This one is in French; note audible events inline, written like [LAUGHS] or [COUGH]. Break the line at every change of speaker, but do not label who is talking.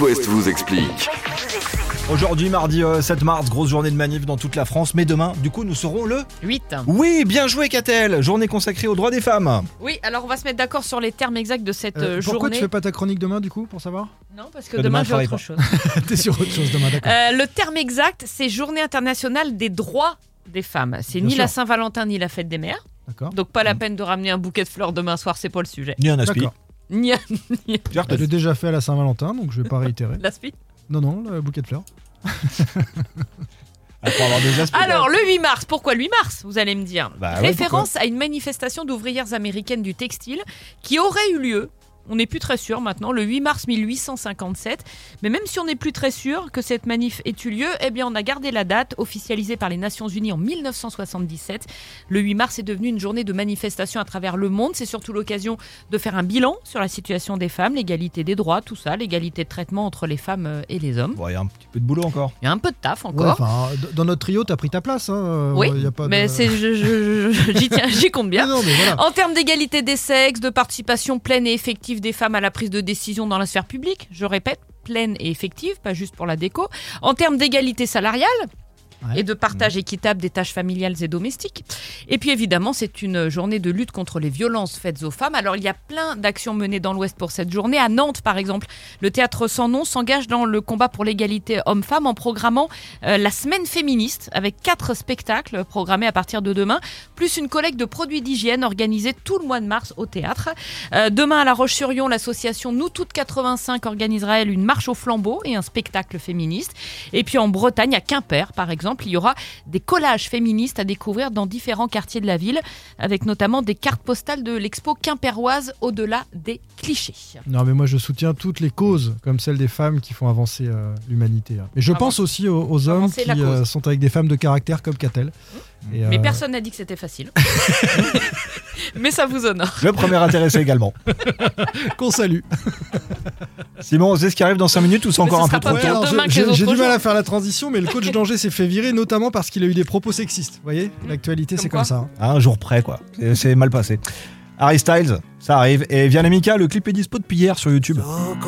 West vous explique.
Aujourd'hui, mardi euh, 7 mars, grosse journée de manif dans toute la France, mais demain, du coup, nous serons le...
8.
Oui, bien joué, Catel Journée consacrée aux droits des femmes.
Oui, alors on va se mettre d'accord sur les termes exacts de cette
Euh,
euh,
pourquoi
journée.
tu fais pas ta chronique demain du coup pour savoir
Non, parce que
Demain,
demain,
je travaille
j'ai autre
pas.
chose.
[LAUGHS] T'es sur autre chose demain, d'accord.
Euh, le terme exact, c'est Journée internationale des droits des femmes. C'est
Bien
ni
sûr. Mm.
la Saint-Valentin ni la fête des mères.
[LAUGHS] D'accord.
Donc pas la peine de ramener un bouquet de fleurs demain soir, c'est pas le sujet. [LAUGHS]
Ni un aspi.
D'accord.
Ni un
Pierre,
Je
t'as-
l'ai déjà fait à la Saint-Valentin, donc je
[LAUGHS]
vais pas réitérer.
aspie.
Non, non, le bouquet de fleurs.
Après avoir des aspis,
Alors, le 8 mars, pourquoi le 8 mars Vous allez me dire.
Bah ouais,
Référence à une manifestation d'ouvrières américaines du textile qui aurait eu lieu. On n'est plus très sûr maintenant, le 8 mars 1857. Mais même si on n'est plus très sûr que cette manif ait eu lieu, eh bien on a gardé la date, officialisée par les Nations Unies en 1977. Le 8 mars est devenu une journée de manifestation à travers le monde. C'est surtout l'occasion de faire un bilan sur la situation des femmes, l'égalité des droits, tout ça, l'égalité de traitement entre les femmes euh, et les hommes.
Bon, il y a un petit peu de boulot encore.
Il y a un peu de taf encore.
Ouais, enfin, d- dans notre trio, t'as pris ta place. Hein.
Oui,
euh, y a pas
Mais
de...
c'est, je- je- je- j'y tiens, j'y compte
Non,
bien.
non, mais
[LAUGHS]
voilà.
En termes d'égalité des sexes, de participation pleine et effective des femmes à la prise de décision dans la sphère publique, je répète, pleine et effective, pas juste pour la déco. En termes d'égalité salariale
Ouais. Mm.
et de partage équitable des tâches familiales et domestiques. Et puis évidemment, c'est une journée de lutte contre les violences faites aux femmes. Alors il y a plein d'actions menées dans l'Ouest pour cette journée. À Nantes, par exemple, le théâtre sans nom s'engage dans le combat pour l'égalité homme-femme en programmant euh, la semaine féministe avec quatre spectacles programmés à partir de demain, plus une collecte de produits d'hygiène organisée tout le mois de mars au théâtre. Euh, demain à La Roche-sur-Yon, l'association Nous Toutes 85 organisera elle une marche au flambeau et un spectacle féministe. Et puis en Bretagne, à Quimper par exemple, il y aura des collages féministes à découvrir dans différents quartiers de la ville, avec notamment des cartes postales de l'expo quimperoise au-delà des clichés.
Non, mais moi je soutiens toutes les causes, comme celle des femmes qui font avancer euh, l'humanité. hein. Mais je
Avance-
pense aussi aux, aux hommes
Ah avancer
qui
la cause. Mmh.
euh, sont avec des femmes de caractère comme Catel. Et,
Mais
euh,
personne n'a dit que c'était facile. Mais ça vous honore.
Le premier intéressé [LAUGHS] également.
Qu'on salue.
Simon, on sait ce qui arrive dans 5 minutes ou c'est
Mais
encore
ce
un peu trop
sera pas
Ouais,
tôt
bien.
alors,
demain
je-
que les
J'ai j'ai
autres
du mal
jours.
à faire la transition, mais le coach d'Angers s'est fait virer, notamment parce qu'il a eu des propos sexistes. Vous voyez, l'actualité
Mmh. Comme
c'est
quoi
comme ça. hein.
À Un jour près, quoi. C'est- C'est mal passé. Harry Styles, ça arrive. Et Vianney Mika, le clip est dispo depuis hier sur YouTube.